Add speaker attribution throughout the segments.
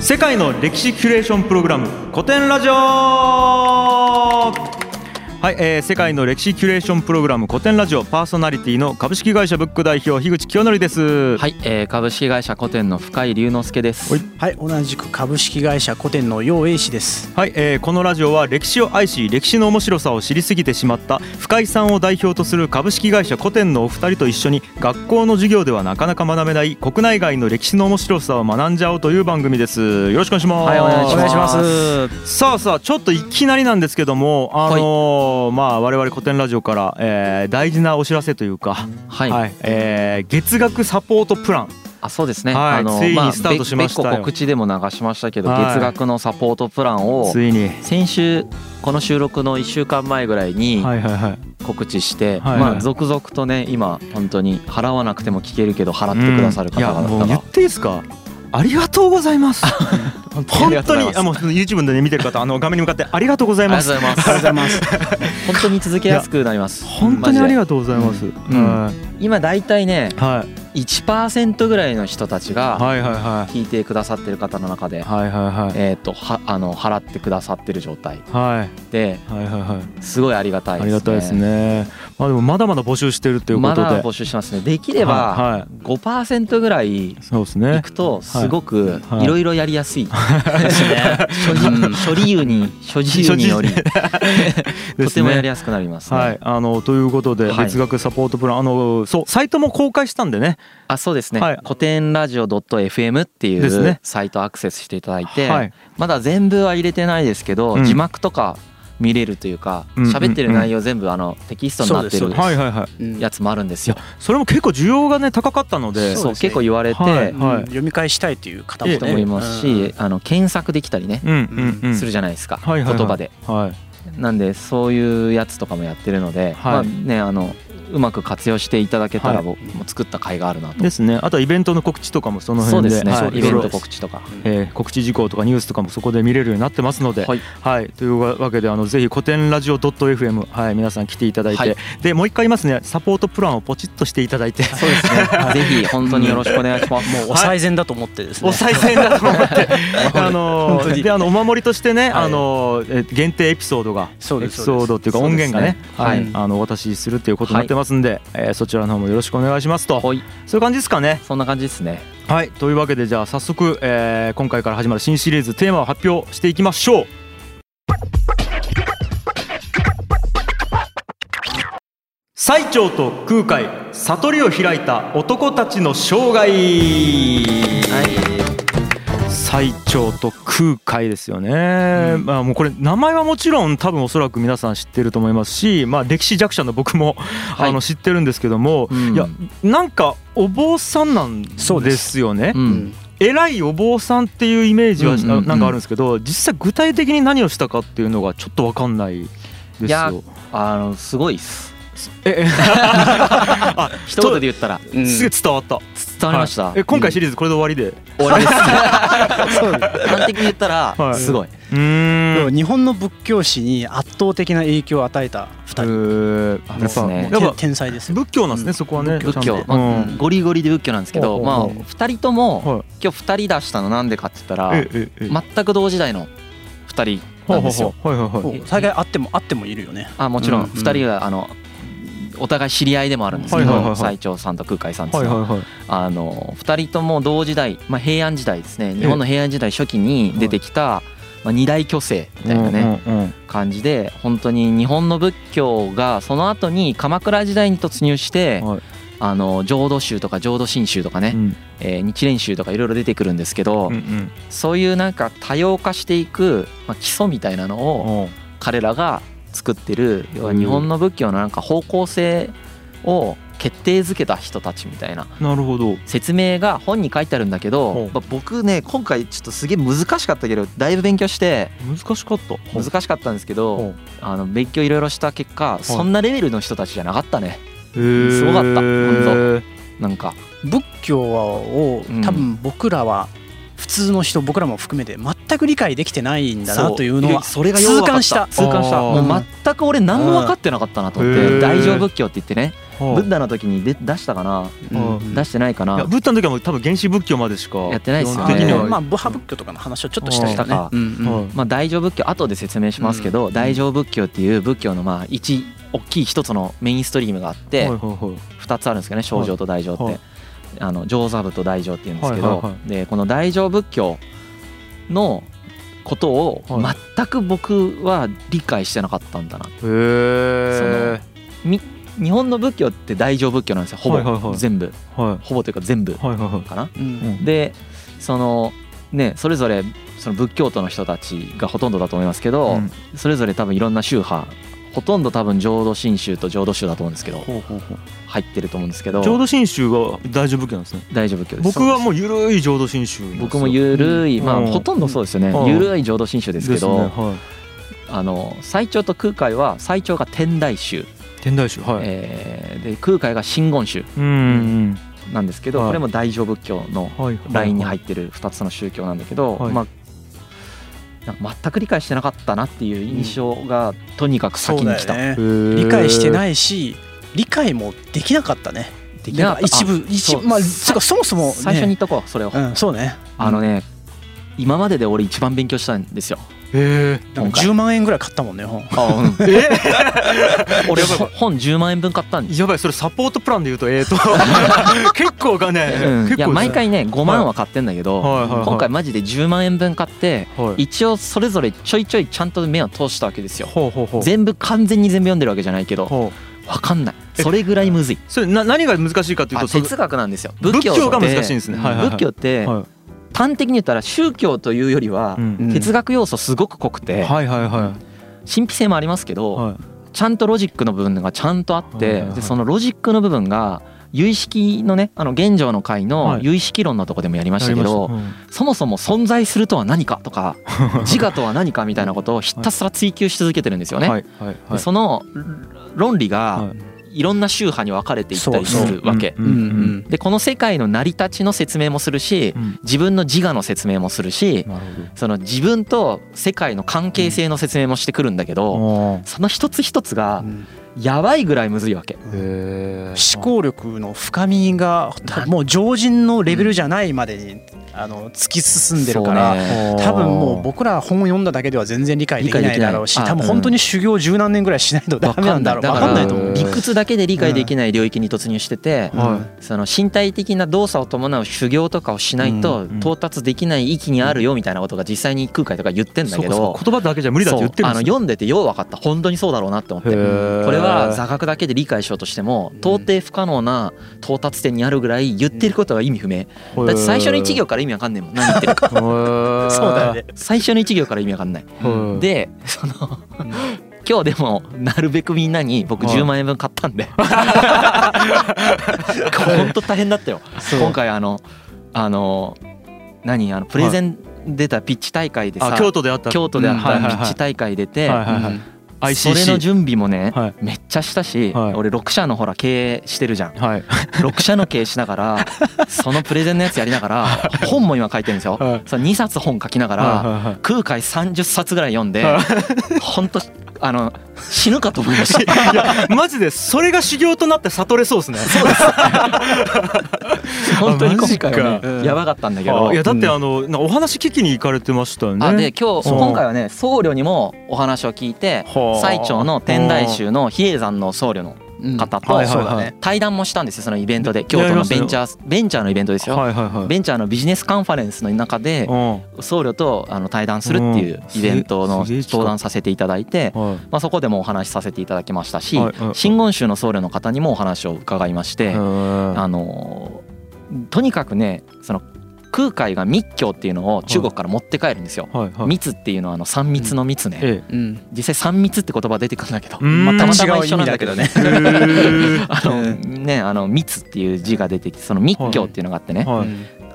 Speaker 1: 世界の歴史キュレーションプログラム古典ラジオはい、えー、世界の歴史キュレーションプログラム古典ラジオパーソナリティの株式会社ブック代表樋口清則です
Speaker 2: はい、えー、株式会社古典の深井龍之介です。
Speaker 1: はい
Speaker 3: はい、同じく株式会社古典の楊英氏です。
Speaker 1: はい、えーこのラジオは歴史を愛し歴史の面白さを知りすぎてしまった深井さんを代表とする株式会社古典のお二人と一緒に学校の授業ではなかなか学べない国内外の歴史の面白さを学んじゃおうという番組ですよろしくお願いします
Speaker 2: はいお願いします
Speaker 3: す。
Speaker 1: さあさあちょっといきなりなんですけどもあのーまあ我々古典ラジオから、えー大事なお知らせというか、
Speaker 2: はい、
Speaker 1: はいえー月額サポートプラン
Speaker 2: あ、そうですね。
Speaker 1: はい
Speaker 2: あ
Speaker 1: ついに
Speaker 2: まあ
Speaker 1: スタートしましたよ
Speaker 2: べ別個告知でも流しましたけど、
Speaker 1: はい
Speaker 2: 月額のサポートプランを
Speaker 1: ついに
Speaker 2: 先週この収録の1週間前ぐらいに
Speaker 1: はいはいはい
Speaker 2: 告知して、
Speaker 1: はい
Speaker 2: まあ続々とね、今本当に払わなくても聞けるけど払ってくださる方
Speaker 1: うんいやも
Speaker 2: 々
Speaker 1: う言
Speaker 2: が
Speaker 1: っ。ていいですかありがとうござい ます本
Speaker 2: ありが
Speaker 1: 当
Speaker 2: とう
Speaker 1: に
Speaker 2: ございます
Speaker 1: あもう YouTube でね見てる方あの画面に向かってありがとうござ
Speaker 2: あ
Speaker 1: い
Speaker 2: りが
Speaker 1: ま
Speaker 2: とう
Speaker 1: す
Speaker 2: ございます。
Speaker 3: ありがとうございます。
Speaker 2: 本当に続けやすくなります。
Speaker 1: 本当にあり
Speaker 2: が
Speaker 1: がとうございます、
Speaker 2: ん
Speaker 1: はい
Speaker 2: 今だいたいね、
Speaker 1: はい
Speaker 2: 1%ぐらいの人たちが
Speaker 1: はいはいはい
Speaker 2: 聞いてくださってる方の中で、
Speaker 1: はいはいはい
Speaker 2: えー、とはあの払ってくださってる状態
Speaker 1: はい
Speaker 2: で
Speaker 1: はいはいはい
Speaker 2: すごいありがたい
Speaker 1: あ
Speaker 2: です
Speaker 1: りが
Speaker 2: ね。
Speaker 1: たいですねまあでもまだまだ募集してるというこ
Speaker 2: ま
Speaker 1: とで
Speaker 2: だ募集しますね。できれば
Speaker 1: はいはい
Speaker 2: 5%ぐらい
Speaker 1: そうです
Speaker 2: い
Speaker 1: ね
Speaker 2: くとすごく
Speaker 1: はい
Speaker 2: いろいろやりやすいですね。所持所理由に所持由によ りとてもやりやすくなります
Speaker 1: は
Speaker 2: ね
Speaker 1: い。あのということで
Speaker 2: はい
Speaker 1: 月額サポートプランあのそうサイトも公開したんでね
Speaker 2: あ、そうですね
Speaker 1: はい。
Speaker 2: 古典ラジオ .fm ってい
Speaker 1: ですね
Speaker 2: うサイトアクセスしていただい
Speaker 1: は
Speaker 2: て
Speaker 1: い、
Speaker 2: まだ全部は入れてないですけ
Speaker 1: う
Speaker 2: ど
Speaker 1: ん
Speaker 2: 字幕とか見れるというか
Speaker 1: うんうんうん
Speaker 2: 喋ってる内容全部あのテキストになって
Speaker 3: そう
Speaker 2: る
Speaker 3: です
Speaker 1: はいはいはい
Speaker 3: うん
Speaker 2: やつもあるんですよ。
Speaker 1: それも結構需要がね高かったので
Speaker 2: そう結構言われて、
Speaker 1: はい
Speaker 3: うん読み返したいという方もね
Speaker 1: ええ
Speaker 2: 人もいますし、あの検索できたりね、
Speaker 1: うんうんうん
Speaker 2: するじゃないですか、
Speaker 1: はいはいはい
Speaker 2: 言葉で
Speaker 1: はい
Speaker 2: なんでそういうやつとかもやってるので、
Speaker 1: はい
Speaker 2: まあねあのうまく活用していただけた
Speaker 1: は
Speaker 2: ら
Speaker 1: い
Speaker 2: 僕も作った甲斐があるなと、
Speaker 1: ですねあとはイベントの告知とかもその
Speaker 2: そう
Speaker 1: 辺
Speaker 2: で
Speaker 1: です
Speaker 2: ね、
Speaker 1: はい
Speaker 2: イ
Speaker 1: い
Speaker 2: ベ
Speaker 1: ろい
Speaker 2: ン
Speaker 1: ろ
Speaker 2: ト告知とか
Speaker 1: えー告知事項とかニュースとかもそこで見れるようになってますので、は
Speaker 2: はいい
Speaker 1: というわけであのぜひ古典ラジオ .fm、はい、皆さん来ていただいて、
Speaker 2: はい
Speaker 1: でもう一回言いますねサポートプランをポチッとしていただいて
Speaker 2: そうですねぜひ本当によろしくお願いしますも
Speaker 3: お最善だと思ってですね。
Speaker 1: お賽銭だと思って あの
Speaker 3: 本当に
Speaker 1: であのお守りとしてね、
Speaker 3: はい
Speaker 1: あのえ限定エピソードが
Speaker 3: そう
Speaker 1: エ
Speaker 3: で
Speaker 1: ピ
Speaker 3: すそう
Speaker 1: ソ
Speaker 3: です
Speaker 1: ードっていうか音源がね
Speaker 2: そうですね
Speaker 1: はい
Speaker 2: はい
Speaker 1: あのお渡しするっていうことになってますんで、えーそちらの方もよろしくお願いしますと
Speaker 2: うはい
Speaker 1: そういう感じですかね
Speaker 2: そんな感じですね
Speaker 1: はいというわけでじゃあ早速、えー今回から始まる新シリーズテーマを発表していきましょう最澄と空海悟りを開いた男たちの生涯
Speaker 2: はい
Speaker 1: 最澄と空海ですよね、まあもうこれ名前はもちろん多分おそらく皆さん知ってると思いますし、まあ、歴史弱者の僕も、
Speaker 2: い
Speaker 1: あの知ってるんですけども、
Speaker 2: うん
Speaker 1: いやなんかお坊さんなん
Speaker 3: そう
Speaker 1: で
Speaker 3: です
Speaker 1: よね
Speaker 2: う
Speaker 3: うんん
Speaker 1: 偉いお坊さんっていうイメージは
Speaker 2: うんうんうん
Speaker 1: なんかあるんですけど実際具体的に何をしたかっていうのがちょっと分かんないです
Speaker 2: いや
Speaker 1: よ。
Speaker 2: あのすごいっす
Speaker 1: ええあ
Speaker 2: 一言で言ったら
Speaker 3: うん
Speaker 1: すげえ伝わった。
Speaker 2: 伝わりました、
Speaker 1: え今回シリーズこれで終わりで。
Speaker 2: 終わりです 端的に言ったら、
Speaker 1: はい
Speaker 2: すごいう
Speaker 1: ーん。
Speaker 3: 日本の仏教史に圧倒的な影響を与えた
Speaker 1: え
Speaker 3: 二人。
Speaker 1: ーやっ
Speaker 2: です
Speaker 1: ぱ
Speaker 2: ね
Speaker 1: やっ
Speaker 3: もう
Speaker 1: ぱ
Speaker 3: 天天才ですよ。
Speaker 1: 仏教なんですね、
Speaker 3: うん
Speaker 1: そこはね
Speaker 2: 仏
Speaker 1: ちゃん
Speaker 2: 教、
Speaker 1: と
Speaker 2: まあ
Speaker 1: うん
Speaker 2: ゴリゴリで仏教なんですけ
Speaker 1: ほ
Speaker 2: ど、
Speaker 1: うほう
Speaker 2: まあ
Speaker 1: ほう
Speaker 2: 2人とも
Speaker 1: はい
Speaker 2: 今日2人出したのなんでかって言ったら
Speaker 1: ええええ
Speaker 2: 全く同時代の2人なんですよ。
Speaker 1: ほうほうほうはいはいはい
Speaker 3: お大概あってもあってもいるよね。
Speaker 2: あもちろん
Speaker 3: うんうん
Speaker 2: 2人はあのお互い知り合いでもあるんですけ
Speaker 1: はいはいはいは
Speaker 2: ど
Speaker 1: い
Speaker 2: 最澄さんと空海さんです
Speaker 1: はい
Speaker 2: が
Speaker 1: はいはい
Speaker 2: あの2人とも同時代、まあ、平安時代ですね日本の平安時代初期に出てきた、まあ、二大巨星みたいなね
Speaker 1: うんうんうん
Speaker 2: 感じで本当に日本の仏教がその後に鎌倉時代に突入して
Speaker 1: はい
Speaker 2: あの浄土宗とか浄土真宗とかね
Speaker 1: うん
Speaker 2: えー日蓮宗とかいろいろ出てくるんですけど、
Speaker 1: うんうん
Speaker 2: そういうなんか多様化していく、まあ、基礎みたいなのを
Speaker 1: おう
Speaker 2: 彼らが作ってる要は
Speaker 1: うん
Speaker 2: 日本の仏教のなんか方向性を決定づけた人たちみたいな
Speaker 1: なるほど
Speaker 2: 説明が本に書いてあるんだけ
Speaker 1: ほう
Speaker 2: ど、まあ僕ね今回ちょっとすげえ難しかったけどだいぶ勉強して
Speaker 1: 難しかった
Speaker 2: 難しかったんですけ
Speaker 1: ほ
Speaker 2: ど
Speaker 1: う
Speaker 2: あの勉強いろいろした結果そんなレベルの人たちじゃなかったね
Speaker 1: へー
Speaker 2: すごかった本なんか
Speaker 3: 仏教を
Speaker 2: うん
Speaker 3: 多分僕らは普通の人僕らも含めて全く理解できてないんだなというのは
Speaker 2: それがようわかった
Speaker 3: 痛感した
Speaker 2: 痛感した
Speaker 1: あ
Speaker 2: も
Speaker 1: ー
Speaker 2: う全く俺何も分かってなかったなと思っ
Speaker 1: へー
Speaker 2: て大乗仏教って言ってね
Speaker 1: はあ
Speaker 2: ブッダの時に出出したかな、
Speaker 1: うん
Speaker 2: 出してないか
Speaker 1: いや
Speaker 2: な
Speaker 1: ブッダの時はもう多分原始仏教までしか
Speaker 2: やってないですよ
Speaker 1: 基
Speaker 2: ね
Speaker 1: 本的に
Speaker 3: あ
Speaker 1: は、
Speaker 3: のまあブハ仏教とかの話をちょっとしたいよね
Speaker 2: うんしたか
Speaker 3: うんうん
Speaker 1: はい
Speaker 2: まあ、大乗仏教後で説明しますけど、
Speaker 3: うん
Speaker 2: 大乗仏教っていう仏教のまあ一大きい一つのメインストリームがあって、
Speaker 1: はいはいはい
Speaker 2: 2つあるんですけどね正常と大乗って、
Speaker 1: はい
Speaker 2: あの上座部と大乗っていうんですけど、
Speaker 1: はいはいは
Speaker 2: でこの大乗仏教のことを
Speaker 1: はい
Speaker 2: 全く僕は理解してなかったんだな、
Speaker 1: へ
Speaker 2: 日本の仏教って大乗仏教なんですよほぼ、
Speaker 1: はいはいはい
Speaker 2: 全部
Speaker 1: えはい
Speaker 2: ほぼというか全部
Speaker 1: はいはいはい
Speaker 2: かな。
Speaker 3: うん
Speaker 2: でそのねそれぞれその仏教徒の人たちがほとんどだと思いますけど、
Speaker 1: うん
Speaker 2: それぞれ多分いろんな宗派ほとんど多分浄土真宗と浄土宗だと思うんですけど
Speaker 3: ほうほうほう
Speaker 2: 入ってると思うんですけど
Speaker 1: 浄土真宗は大乗仏教なんですね
Speaker 2: 大丈夫です
Speaker 1: 僕はもうゆるい浄土真宗なんですよ
Speaker 2: 僕もゆるい、
Speaker 1: うん
Speaker 2: まあ
Speaker 1: うん
Speaker 2: ほとんどそうですよね、
Speaker 1: うん
Speaker 2: ゆるい浄土真宗ですけど
Speaker 1: ねはい
Speaker 2: あの最長と空海は最長が天台宗、
Speaker 1: 天台宗はい、
Speaker 2: えーで空海が真言宗
Speaker 1: うんうん
Speaker 2: なんですけど、
Speaker 1: はい
Speaker 2: これも大乗仏教の
Speaker 1: うんはいはい
Speaker 2: ラインに入ってる2つの宗教なんだけど、
Speaker 1: はい
Speaker 2: まあなんか全く理解してなかったなっていう印象がとにかく先に来た、
Speaker 3: そうだよね
Speaker 1: 理
Speaker 3: 理解して
Speaker 1: い
Speaker 3: ないし理解もできなかったね
Speaker 2: できなかった
Speaker 3: だから一部一
Speaker 2: そう
Speaker 3: 部まあ
Speaker 2: さ
Speaker 3: つうかそもそもね
Speaker 2: 最初に言っとこうそれを、
Speaker 3: うんそうね
Speaker 2: あのね今までで俺一番勉強したんですよ
Speaker 1: へ
Speaker 2: 今回
Speaker 3: 10万円ぐらい買ったもんね本
Speaker 2: あ、うん、
Speaker 1: ええ
Speaker 2: 俺ほ本10万円分買ったんです
Speaker 1: やばいそれサポートプランで言うとえ ーと結構がね、
Speaker 2: う
Speaker 1: 結構
Speaker 2: ん、
Speaker 1: ですね
Speaker 2: いや毎回ね5万は買ってんだけど、
Speaker 1: はいはいはい
Speaker 2: 今回マジで10万円分買って
Speaker 1: はい
Speaker 2: 一応それぞれちょいちょいちゃんと目を通したわけですよ
Speaker 1: ほうほうほう
Speaker 2: 全部完全に全部読んでるわけじゃないけど
Speaker 1: ほ
Speaker 2: 分かんないそれぐらいむずい
Speaker 1: いそれな何が難しいかという
Speaker 2: あ
Speaker 1: とその
Speaker 2: 哲学なんですよ
Speaker 1: 仏教
Speaker 2: って
Speaker 1: が難しいんですねはいはいはい
Speaker 2: 仏教って
Speaker 1: は
Speaker 2: 端的に言ったら宗教というよりは
Speaker 1: うん
Speaker 3: うん
Speaker 2: 哲学要素すごく濃く
Speaker 1: い
Speaker 2: て
Speaker 1: はいはいはい
Speaker 2: 神秘性もありますけど
Speaker 1: はい
Speaker 2: ちゃんとロジックの部分がちゃんとあっ
Speaker 1: はいはい
Speaker 2: て
Speaker 1: はい
Speaker 2: でそのロジックの部分が有意識のねあの現状の回の
Speaker 1: はい
Speaker 2: 有意識論のとこでもやりましたけど、
Speaker 1: やりま
Speaker 2: そもそも存在するとは何かと か自我とは何かみたいなことをひたすら追求し続けてるんですよ
Speaker 1: した
Speaker 2: ね。
Speaker 1: はいはい
Speaker 2: で
Speaker 1: はい
Speaker 2: その論理が
Speaker 1: はい
Speaker 2: いろんな宗派に分かれていったり
Speaker 3: そう
Speaker 2: す
Speaker 3: そう
Speaker 2: るわけ。
Speaker 1: うんうんうん
Speaker 2: でこの世界の成り立ちの説明もするし
Speaker 1: うん
Speaker 2: 自分の自我の説明もするし
Speaker 1: なるほど
Speaker 2: その自分と世界の関係性の説明もしてくるんだけど
Speaker 1: 思
Speaker 2: その一つ一つが
Speaker 3: うん
Speaker 2: やばいぐらいむずいわけ。
Speaker 3: 思考力の深みがもう常人のレベルじゃないまでにあの突き進んでるから、
Speaker 2: そうね
Speaker 3: 多分もう僕ら本読んだだけでは全然理解できないだろうし
Speaker 2: 理解できな
Speaker 3: 多
Speaker 2: い
Speaker 3: 分本当に修行十何年ぐらいしないとダメなんだろう分
Speaker 2: わ
Speaker 3: かんない
Speaker 1: だ
Speaker 3: と
Speaker 1: から
Speaker 3: 思う。
Speaker 2: 理屈だけで理解できない領域に突入してて、
Speaker 3: うん
Speaker 1: は
Speaker 2: その身体的な動作を伴う修行とかをしない
Speaker 1: う
Speaker 2: と
Speaker 1: んうん
Speaker 2: 到達できない域にあるよみたいなことが実際に空海とか言ってんだ
Speaker 1: そう
Speaker 2: け
Speaker 1: かそう
Speaker 2: ど
Speaker 1: か言葉だけじゃ無理だって言ってる
Speaker 2: そうんあの
Speaker 1: ですね
Speaker 2: 読んでてよう分かった本当にそうだろうなって思って
Speaker 1: へ
Speaker 2: こ
Speaker 1: ー
Speaker 2: れは座学だけで理解しようとしても到底不可能な到達点にあるぐらい言ってることは意味不明だって最初の1行から意味わかんねえもん何言って るか
Speaker 3: そうだよね。
Speaker 2: 最初の1行から意味わかんない
Speaker 1: うん
Speaker 2: でその今日でもなるべくみんなに僕
Speaker 1: はい
Speaker 2: 10万円分買ったん で本当大変だったよ
Speaker 1: そう
Speaker 2: 今回あのあの何あのプレゼン出たピッチ大会でさ
Speaker 1: あ京都であった
Speaker 2: 京都であっ
Speaker 1: うんはい
Speaker 2: た
Speaker 1: はい
Speaker 2: ピ
Speaker 1: はい
Speaker 2: ッチ大会出て
Speaker 1: はいはいはい
Speaker 3: うん
Speaker 1: ICC
Speaker 2: それの準備もね
Speaker 1: はい
Speaker 2: めっちゃしたし
Speaker 1: はい
Speaker 2: 俺6社のほら経営してるじゃん
Speaker 1: はい
Speaker 2: 6社の経営しなが らそのプレゼンのやつやりながら本も今書いてるんですよ
Speaker 1: はい
Speaker 2: その2冊本書きながら
Speaker 1: はいはい
Speaker 2: 空海30冊ぐらい読んで本当あの死ぬかと思い ました
Speaker 1: いやマジでそれが修行となって悟れそうですね。
Speaker 2: 本当に
Speaker 1: マジか
Speaker 2: 今回は
Speaker 3: うん
Speaker 2: ねやばかったんだけ
Speaker 1: あ
Speaker 2: ど
Speaker 1: いやだってあのなんかお話聞きに行かれてましたよね。
Speaker 2: あで今日
Speaker 1: そう
Speaker 2: 今回はね僧侶にもお話を聞いて
Speaker 1: はあ
Speaker 2: 最澄の天台宗の比叡山の僧侶の方
Speaker 1: うんは
Speaker 2: と
Speaker 1: いはいはい
Speaker 2: そうだ対談もしたんですよそのイベントで京
Speaker 1: や
Speaker 2: 都
Speaker 1: りま
Speaker 2: の
Speaker 1: したよ
Speaker 2: ベンチャーベンチャーのイベントですよ。
Speaker 1: はいはいはい。
Speaker 2: ベンチャーのビジネスカンファレンスの中で
Speaker 1: う
Speaker 2: 僧侶とあの対談するっていうイベント
Speaker 1: う
Speaker 2: の
Speaker 1: んすげえ
Speaker 2: 登壇させていただいて
Speaker 1: んはい
Speaker 2: まあ、そこでもお話しさせていただきましたし、
Speaker 1: はいはいはい
Speaker 2: 真言宗の僧侶の方にもお話を伺いまして、
Speaker 1: うん
Speaker 2: あのーとにかくねその空海が密教っていうのを中国から持って帰るんですよ。
Speaker 1: はいはい。
Speaker 2: 密っていうのはあの三密の密ね、
Speaker 1: え
Speaker 3: うん
Speaker 2: 実際三密って言葉出てくるんだけど、
Speaker 1: うん
Speaker 2: まあ、たまたま
Speaker 3: 違
Speaker 2: 一
Speaker 3: う意
Speaker 2: 緒な
Speaker 3: 味
Speaker 2: んだ
Speaker 3: だ
Speaker 2: け
Speaker 3: け
Speaker 2: ど
Speaker 3: ど
Speaker 2: ね
Speaker 3: ね。
Speaker 1: え。へー
Speaker 2: あのねあの密っていう字が出てきてその密教っていうのがあってね、
Speaker 1: は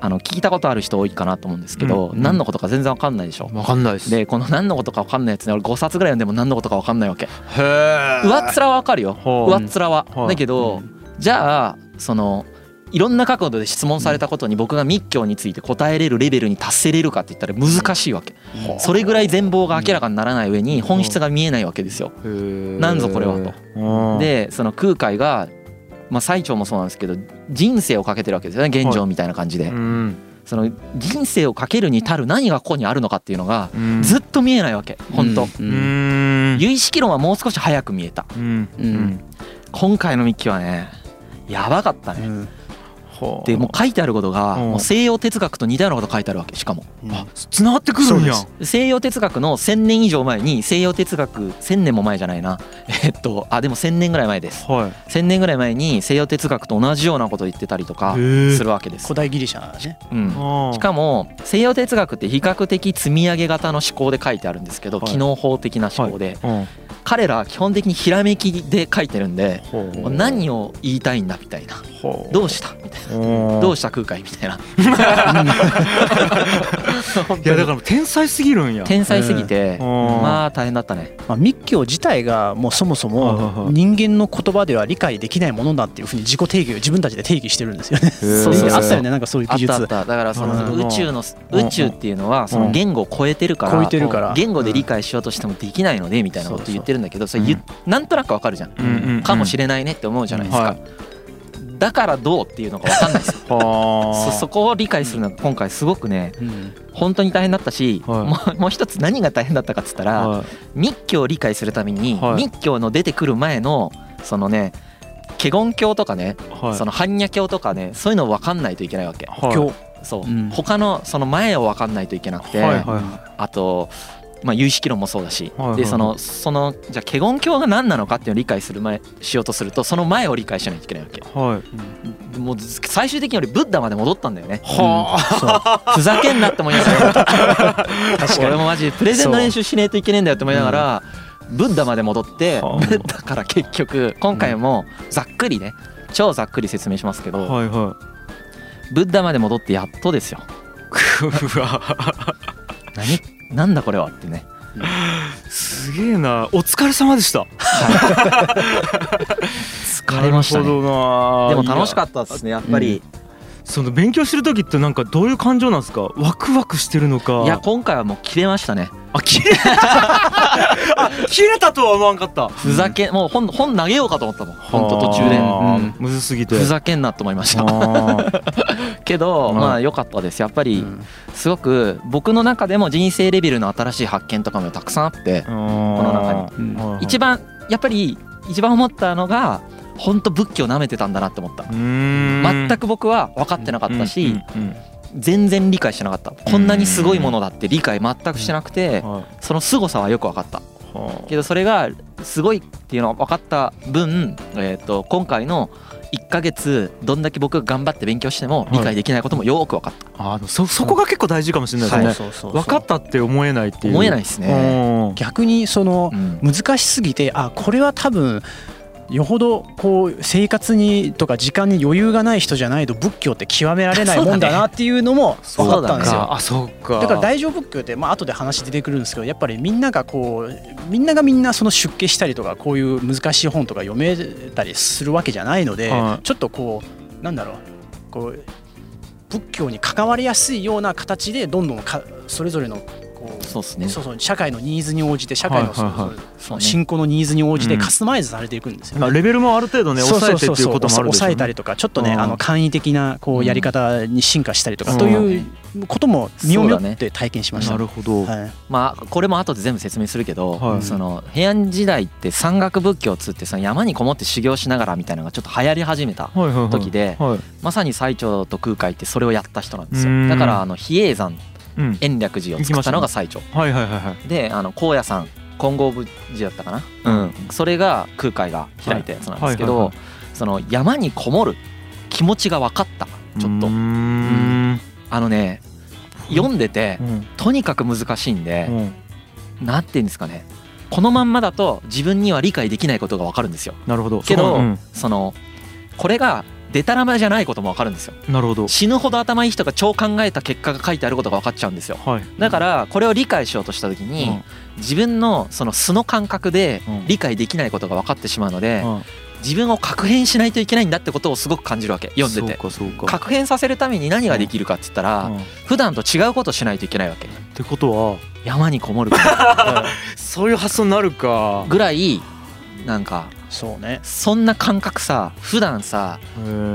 Speaker 2: あの聞いたことある人多いかなと思うんですけど、
Speaker 1: うん
Speaker 2: 何のことか全然わかんないでしょ
Speaker 1: い。。わかんないです。へ
Speaker 2: でこの何のことかわかんないやつね俺5冊ぐらい読んでも何のことかわかんないわけ。
Speaker 1: え。
Speaker 2: 上っ面はわかるよ
Speaker 1: は
Speaker 2: 上
Speaker 1: あ
Speaker 2: っ面は
Speaker 1: はい
Speaker 2: だけどじゃあそのいろんな角度で質問されたことに僕が密教について答えれるレベルに達せれるかって言ったら難しいわけ
Speaker 3: はあ
Speaker 2: それぐらい全貌が明らかにならない上に本質が見えないわけですよ
Speaker 1: へー
Speaker 2: なんぞこれはと
Speaker 1: うん
Speaker 2: でその空海がまあ、最澄もそうなんですけど人生をかけてるわけですよね現状みたいな感じ
Speaker 1: う
Speaker 2: で、
Speaker 1: ん
Speaker 2: その人生をかけるに足る何がここにあるのかっていうのが
Speaker 1: うん
Speaker 2: ずっと見えないわけ本当、
Speaker 1: うーん
Speaker 2: 有意識論はもう少し早く見えた
Speaker 1: うん
Speaker 3: うん
Speaker 1: うん
Speaker 2: 今回のミッキーはねやばかったね、
Speaker 1: ほう
Speaker 2: でもう書いてあることが
Speaker 1: うん
Speaker 2: もう西洋哲学と似たようなこと書いてあるわけしかも
Speaker 1: あ繋がってくるんやん
Speaker 3: そう
Speaker 2: 西洋哲学の1,000年以上前に西洋哲学1,000年も前じゃないなえっとあでも1,000年ぐらい前です
Speaker 1: はい
Speaker 2: 1,000年ぐらい前に西洋哲学と同じようなことを言ってたりとか
Speaker 1: へー
Speaker 2: するわけです
Speaker 3: 古、代ギリシャね
Speaker 2: うん、
Speaker 1: あ
Speaker 2: しかも西洋哲学って比較的積み上げ型の思考で書いてあるんですけど、
Speaker 1: はい
Speaker 2: 機能法的な思考で、
Speaker 1: ーうん
Speaker 2: 彼らは基本的にひらめきで書いてるんで
Speaker 1: ほう
Speaker 2: 何を言いたいんだみたいな
Speaker 1: ほう
Speaker 2: どうしたみたいなどうした空海み たいな本
Speaker 1: い
Speaker 2: 当
Speaker 1: や
Speaker 2: に
Speaker 1: だから天才すぎるんや
Speaker 2: 天才すぎて、
Speaker 1: うん
Speaker 2: まあ大変だったね
Speaker 3: まあ、密教自体がもうそもそ
Speaker 1: はいはいは
Speaker 3: も
Speaker 1: い
Speaker 3: 人間の言葉では理解できないものだっていうふうに自己定義を自分たちで定義してるんですよね。
Speaker 1: ー
Speaker 2: そうそうそう
Speaker 3: あったよねなんかそういう
Speaker 2: あっ
Speaker 3: 技
Speaker 2: たあっ
Speaker 3: 術。
Speaker 2: ただからそ
Speaker 1: なるほ
Speaker 2: の
Speaker 1: ど
Speaker 2: 宇宙の
Speaker 1: うん
Speaker 2: 宇宙っていうのはその言語を超えてるから
Speaker 3: 超えてるから
Speaker 2: 言語で理解しようとしてもできないのでみたいなこと言ってるんだけどそれ言っなんとなくわかるじゃん
Speaker 1: うんうんうん
Speaker 2: かもしれないねって思うじゃないですかだからどうっていうのがわかんないですよ
Speaker 1: は
Speaker 2: そ
Speaker 1: あ
Speaker 2: そこを理解するのは今回すごくね
Speaker 3: うん
Speaker 2: 本当に大変だったし
Speaker 1: はい
Speaker 2: もうもう一つ何が大変だったかっつったら
Speaker 1: はい
Speaker 2: 密教を理解するために
Speaker 1: はい
Speaker 2: 密教の出てくる前のそのね華厳教とかね
Speaker 1: はい
Speaker 2: その般若教とかねそういうの分かんないといけないわけ
Speaker 1: はい
Speaker 3: 今日
Speaker 2: そう、
Speaker 3: うん
Speaker 2: 他のその前を分かんないといけなくて、
Speaker 1: はいはいは
Speaker 2: あと、まあ、有識論もそうだし、
Speaker 1: はいはい
Speaker 2: でそのそのじゃあ華厳教が何なのかっていうのを理解する前しようとするとその前を理解しないといけないわ
Speaker 1: い
Speaker 2: け
Speaker 1: はい
Speaker 2: もう最終的に俺ブッダまで戻ったんだよね
Speaker 1: は
Speaker 2: ふざけんなって思いながら俺もマジでプレゼンの練習しねえといけねえんだよって思いながら、ブッダまで戻って
Speaker 1: はあ
Speaker 2: ブッダから結局今回もざっくりね超ざっくり説明しますけ
Speaker 1: あ
Speaker 2: ど、
Speaker 1: はい は
Speaker 2: ブッダまで戻ってやっとですよ
Speaker 1: いうわ
Speaker 2: 何なんだこれはってね
Speaker 1: すげえなお疲れ様で した
Speaker 2: 疲れまし
Speaker 1: な
Speaker 2: た
Speaker 1: る
Speaker 2: ね
Speaker 1: ほ
Speaker 2: で
Speaker 1: どな
Speaker 2: も楽しか
Speaker 1: っ
Speaker 2: ったですねやっぱり、
Speaker 1: その勉強してる時ってなんかどういう感情なんですかワクワクしてるのか
Speaker 2: いや今回はもう切れましたね
Speaker 1: あ切れたあ切れたとは思わんかった
Speaker 2: ふざけ、もう本本投げようかと思ったもん本当途中で、
Speaker 1: はあ
Speaker 2: うん
Speaker 1: むずすぎて
Speaker 2: ふざけんなと思いました
Speaker 1: あー
Speaker 2: けど
Speaker 1: うん
Speaker 2: まあ良かったですやっぱり
Speaker 3: うん
Speaker 2: すごく僕の中でも人生レベルの新しい発見とかもたくさんあって
Speaker 1: この
Speaker 2: 中
Speaker 3: うん
Speaker 1: に
Speaker 2: 一番やっぱり一番思ったのが本当仏教舐めてたんだなって思った
Speaker 1: 全
Speaker 2: 全く僕は分かってなかったし
Speaker 1: うん
Speaker 2: 全然理解してなかったこんなにすごいものだって理解全くしてなくて
Speaker 1: うんはい
Speaker 2: その凄さはよく分かった
Speaker 1: は
Speaker 2: けどそれがすごいっていうのは分かった分、えー、と今回の1ヶ月どんだけ僕が頑張って勉強しても理解できないこともよく分かった、
Speaker 1: ああのそそこが結構大事かもしれないですね
Speaker 3: そうそうそ
Speaker 1: 分
Speaker 3: う
Speaker 1: かったって思えないっていう
Speaker 2: 思えないいですね、
Speaker 3: 逆にその
Speaker 2: うん
Speaker 3: 難しすぎてあこれは多分よほどこう生活にとか時間に余裕がない人じゃないと仏教って極められないもんだなっていうのも分かったんですよ。
Speaker 1: あそうか
Speaker 3: だから大乗仏教って、まあ後で話出てくるんですけどやっぱりみんながこうみんながみんなその出家したりとかこういう難しい本とか読めたりするわけじゃないので、
Speaker 1: はい
Speaker 3: ちょっとこうなんだろうこう仏教に関わりやすいような形でどんどんかそれぞれのこう
Speaker 2: そうですね
Speaker 3: そ
Speaker 2: そう
Speaker 3: そう社会のニーズに応じて社会のそれ
Speaker 1: はいはい
Speaker 3: ぞ
Speaker 1: は
Speaker 3: れ
Speaker 2: う
Speaker 3: の
Speaker 2: ね
Speaker 3: 信仰のニーズに応じ
Speaker 1: う
Speaker 3: て
Speaker 1: ん
Speaker 3: カスタマイズされていくんですよね。
Speaker 1: まあレベルもある程度ね
Speaker 3: そう
Speaker 1: 抑
Speaker 3: そ
Speaker 1: えて
Speaker 3: うそ
Speaker 1: っ
Speaker 3: う
Speaker 1: ていう
Speaker 3: そう
Speaker 1: こともあるでしょう
Speaker 3: 抑
Speaker 1: ね
Speaker 3: えたりとかちょっとね
Speaker 1: うん
Speaker 3: あの簡易的なこ
Speaker 2: うん
Speaker 3: うやり方に進化したりとかと
Speaker 1: そう
Speaker 2: だ
Speaker 3: い
Speaker 2: ね
Speaker 3: うことも身をもって体験しました
Speaker 1: な。るほど
Speaker 3: はい
Speaker 2: まあこれも後で全部説明するけど、
Speaker 1: はい
Speaker 2: その平安時代って山岳仏教っつってその山にこもって修行しながらみたいなのがちょっと流行り始めた
Speaker 1: はいはいはい
Speaker 2: 時で
Speaker 1: はい
Speaker 2: まさに最澄と空海ってそれをやった人なんです
Speaker 1: う
Speaker 2: よ
Speaker 1: ん
Speaker 2: だからあの比叡山
Speaker 1: うん
Speaker 2: 延暦寺を作ったのが最澄
Speaker 1: はいはいはいはい
Speaker 2: であの高野山金剛部寺だったかな、うん、それが空海が開いたやつなんですけど、
Speaker 1: はいはい
Speaker 2: その山にこもる気持ちが分かったちょっと
Speaker 1: うーん
Speaker 2: あのね読んでて
Speaker 1: うん
Speaker 2: とにかく難しいんで
Speaker 1: うん
Speaker 2: 何て言うんですかねこのまんまだと自分には理解できないことが分かるんですよ
Speaker 1: なるほど
Speaker 2: けど、
Speaker 1: うん
Speaker 2: そのこれがデタラマじゃないことも分かるんですよ
Speaker 1: なるほど
Speaker 2: 死ぬほど頭いい人が超考えた結果が書いてあることが分かっちゃうんですよ
Speaker 1: はい
Speaker 2: だからこれを理解しようとした時に、自分のその素の感覚で
Speaker 1: うん
Speaker 2: 理解できないことが分かってしまうの
Speaker 1: う
Speaker 2: で
Speaker 1: んうん
Speaker 2: 自分を確変しないといけないんだってことをすごく感じるわけ読んでて
Speaker 1: そうかそうか
Speaker 2: 確変させるために何ができるかって言った
Speaker 1: うん
Speaker 2: ら
Speaker 1: っ
Speaker 2: 普段と違うことしないといけないわけ
Speaker 1: てことは
Speaker 2: 山にこもること
Speaker 1: そういう発想になるか
Speaker 2: ぐらいなんか
Speaker 3: そうね
Speaker 2: そんな感覚さ普段さ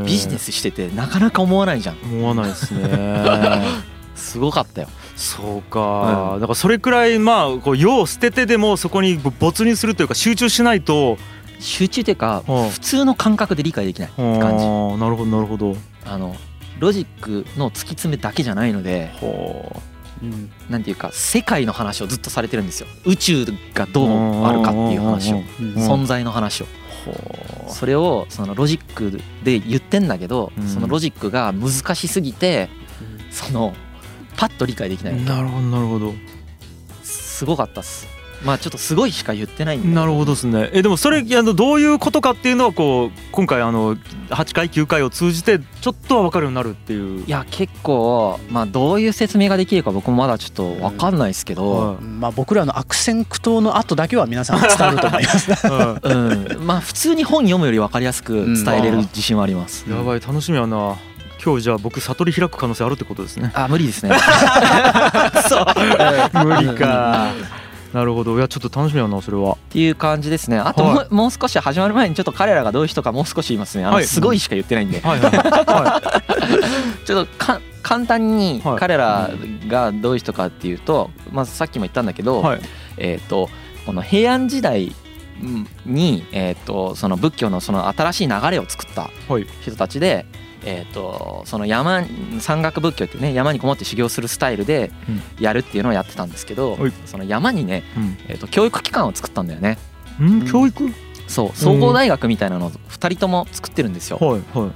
Speaker 2: ビジネ
Speaker 1: ス
Speaker 2: スしててなかなか思わないじゃん
Speaker 1: 思わないですね
Speaker 2: すごかったよ
Speaker 1: そうか、だからそれくらいまあこう世を捨ててでもそこに没入するというか集中しないと
Speaker 2: 集中っていうか
Speaker 1: うん
Speaker 2: 普通の感覚で理解できない感じ
Speaker 1: あーなるほどなるほど
Speaker 2: あのロジックの突き詰めだけじゃないので
Speaker 1: ほ
Speaker 3: うん
Speaker 2: なんていうか世界の話をずっとされてるんですよ宇宙がどうあるかっていう話を
Speaker 3: うん
Speaker 2: 存在の話をそれをそのロジックで言ってんだけど
Speaker 1: うん
Speaker 2: そのロジックが難しすぎてそのパッと理解できない
Speaker 1: なるほどなるほど
Speaker 2: すごかったっすまあちょっとすごいしか言ってないんで
Speaker 1: なるほどですねえでもそれあのどういうことかっていうのはこう今回あの8回9回を通じてちょっとは分かるようになるっていう
Speaker 2: いや結構まあどういう説明ができるか僕もまだちょっと分かんないですけど、
Speaker 1: は
Speaker 3: まあ僕らの悪戦苦闘の後だけは皆さん伝わると思いま す
Speaker 1: いは
Speaker 2: うんまあ普通に本読むより分かりやすく伝えれる自信はあります、
Speaker 1: いやばい楽しみやな今日じゃあ僕悟り開く可能性あるってこと ですね
Speaker 2: あ無理ですねそう
Speaker 1: 無理かなるほどいやちょっと楽しみやなそれは
Speaker 2: っていう感じですねあとも,、
Speaker 1: は
Speaker 2: もう少し始まる前にちょっと彼らがどういう人かもう少し言いますねあの
Speaker 1: はい
Speaker 2: すごいしか言ってないんで、
Speaker 1: はいはいは
Speaker 2: ちょっとか簡単に
Speaker 1: はい
Speaker 2: 彼らがどういう人かっていうと、まあ、さっきも言ったんだけど、
Speaker 1: いはい
Speaker 2: えー、とこの平安時代に、えー、とその仏教のその新しい流れを作った
Speaker 1: はい
Speaker 2: 人たちで、えー、とその山山岳仏教っていうね山にこもって修行するスタイルで
Speaker 1: うん
Speaker 2: やるっていうのをやってたんですけど、
Speaker 1: はい
Speaker 2: その山にね、
Speaker 1: うん
Speaker 2: えー、と教育機関を作ったんだよね
Speaker 1: うん教育はい
Speaker 2: そう総合大学みたいなのを2人とも作ってるんですよ。
Speaker 1: は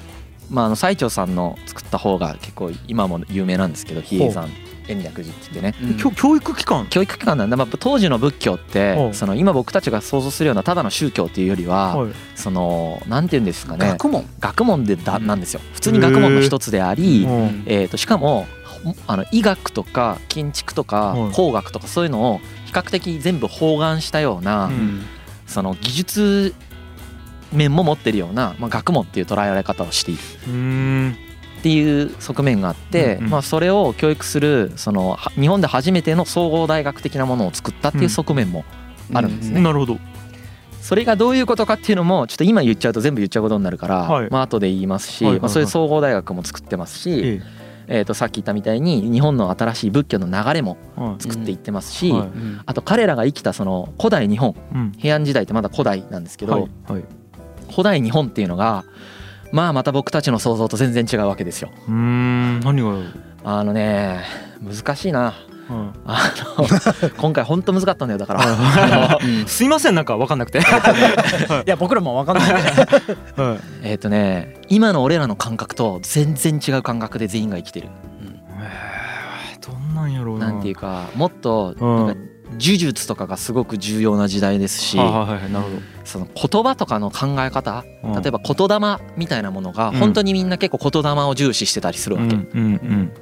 Speaker 2: まあ、あの最澄さんの作った方が結構今も有名なんですけど比叡山延暦寺って言ってね
Speaker 1: い教教育機関
Speaker 2: 教育機関なんだ、まあ、当時の仏教っ
Speaker 1: お
Speaker 2: て
Speaker 1: う
Speaker 2: その今僕たちが想像するようなただの宗教っていうよりは
Speaker 1: はい
Speaker 2: そのなんて言うんですかね
Speaker 3: 学問
Speaker 2: 学問でだ
Speaker 3: うん
Speaker 2: なんですよ普通に学問の一つであり
Speaker 1: うん
Speaker 2: えーとしかもほあの医学とか建築とか
Speaker 1: はい
Speaker 2: 工学とかそういうのを比較的全部包含したような
Speaker 1: うん
Speaker 2: その技術面も持ってるようなまあ学問っていう捉えられ方をしている。
Speaker 1: うーん
Speaker 2: っていう側面があって、
Speaker 1: うんうん
Speaker 2: まあ、それを教育するそのは日本で初めての総合大学的なものを作ったっていう側面もあるんですね。
Speaker 1: なるほど
Speaker 2: それがどういうことかっていうのもちょっと今言っちゃうと全部言っちゃうことになるから、
Speaker 1: はい
Speaker 2: まあ後で言いますし、
Speaker 1: はいはいはい
Speaker 2: まあ、そういう総合大学も作ってますし、
Speaker 1: え
Speaker 2: えー、とさっき言ったみたいに日本の新しい仏教の流れも
Speaker 1: えは
Speaker 2: 作っていってますし、
Speaker 1: うんはい
Speaker 3: うん
Speaker 2: あと彼らが生きたその古代日本
Speaker 1: いうん
Speaker 2: 平安時代ってまだ古代なんですけど、
Speaker 1: はいはい
Speaker 2: 古代日本っていうのがまあまた僕たちの想像と全然違うわけですよ。
Speaker 1: うーん何がよ
Speaker 2: あのね難しいな
Speaker 1: は
Speaker 2: あ の今回本当難かったんだよだから
Speaker 1: いすいませんなんか分かんなく て
Speaker 3: いや僕らもわかんない
Speaker 1: はい
Speaker 2: えっとね今の俺らの感覚と全然違う感覚で全員が生きてる
Speaker 1: へえどんなんやろうな
Speaker 2: なんていう
Speaker 1: か
Speaker 2: かもっと
Speaker 1: うん
Speaker 2: なんか呪術とかがすごく重要な時代ですし
Speaker 1: はいはいはいなるほ
Speaker 2: その言葉とかの考え方
Speaker 1: ど
Speaker 2: 例えば言霊みたいなものが
Speaker 1: うん
Speaker 2: 本当にみんな結構言霊を重視してたりするわけ
Speaker 1: うんうんうん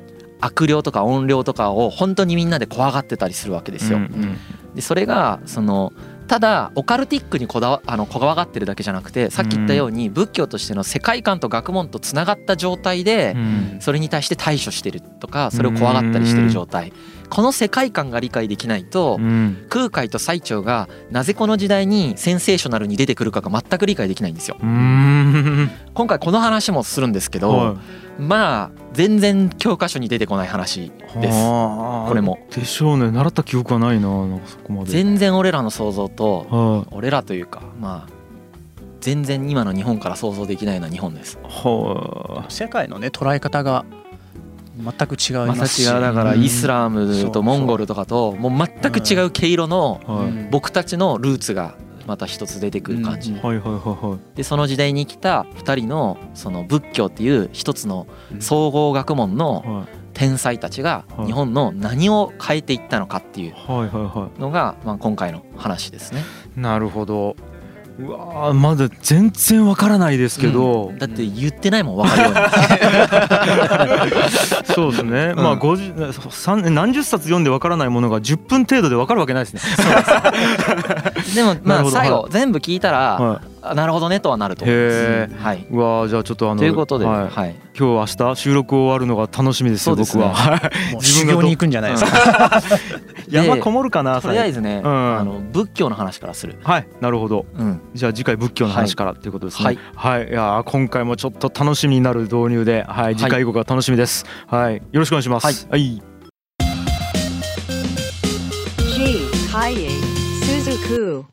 Speaker 2: 悪霊とか怨霊とかを本当にみんなで怖がってたりするわけですよ
Speaker 1: うんうん
Speaker 2: でそれがそのただオカルティックにこだわあのこだわってるだけじゃなくてさっき言ったように仏教としての世界観と学問とつながった状態で
Speaker 1: うん
Speaker 2: それに対して対処してるとかそれを怖がったりしてる状態この世界観が理解できないと
Speaker 1: うん
Speaker 2: 空海と最澄がなぜこの時代にセンセーショナルに出てくるかが全く理解できないんですよ。
Speaker 1: うーん
Speaker 2: 今回この話もするんですけど
Speaker 1: はい
Speaker 2: まあ全然教科書に出てこない話です
Speaker 1: あー
Speaker 2: これも
Speaker 1: でしょうね習った記憶はないななんかそこまで
Speaker 2: 全然俺らの想像と
Speaker 1: は
Speaker 2: 俺らというかまあ全然今の日本から想像できないような日本です
Speaker 1: いは
Speaker 3: 世界のね捉え方が全く違い
Speaker 2: ま
Speaker 3: ま
Speaker 2: た
Speaker 3: すし
Speaker 2: 違うだから
Speaker 1: うん
Speaker 2: イスラムとモンゴルとかともう全く違う毛色の
Speaker 1: いは
Speaker 3: う
Speaker 1: い
Speaker 3: ん
Speaker 2: 僕たちのルーツがまた一つ出てくる感じ
Speaker 1: はいはいは
Speaker 2: でその時代に来た2人のその仏教っていう一つの総合学問
Speaker 1: い
Speaker 2: の
Speaker 1: は
Speaker 2: 天才たちが
Speaker 1: はい
Speaker 2: 日本の何を変えていったのかっていう
Speaker 1: いはいはいはいは
Speaker 2: のがまあ今回の話ですね。
Speaker 1: いなるほどうわーまだ全然わからないですけど
Speaker 2: うんだって言ってないもん分かるように。
Speaker 1: そうです ね、まあ50三何十冊読んでわからないものが10分程度でわかるわけないですね。
Speaker 2: でも
Speaker 1: な
Speaker 2: ま
Speaker 1: るほ
Speaker 2: あ
Speaker 1: ど
Speaker 2: 最
Speaker 1: は
Speaker 2: 後全部聞いたら
Speaker 1: は
Speaker 2: あなるほどねとはなると
Speaker 1: い、
Speaker 2: 思うんです。
Speaker 1: へえ。
Speaker 2: はい。
Speaker 1: うわーじゃあちょっとあの
Speaker 2: ということで、
Speaker 1: はい
Speaker 2: はい、
Speaker 1: 今日明日収録終わるのが楽しみですよ
Speaker 2: そうですね
Speaker 1: 僕は。
Speaker 3: もう
Speaker 1: 自分
Speaker 3: 修
Speaker 1: が
Speaker 3: 行
Speaker 1: ど
Speaker 3: に行くんじゃないですか
Speaker 1: 山こもるかな
Speaker 2: とりあえ
Speaker 1: ず
Speaker 2: ずね、
Speaker 1: うん
Speaker 2: あの仏教の話からする、
Speaker 1: はいなるほど
Speaker 2: うん、
Speaker 1: じゃあ次回仏教の話からということですね
Speaker 2: はい
Speaker 1: はい、いやー今回もちょっと楽しみになる導入ではい
Speaker 2: い
Speaker 1: 次回以降が楽しみですはいよろしくお願いしますはい、
Speaker 4: G. Kaye Suzuku.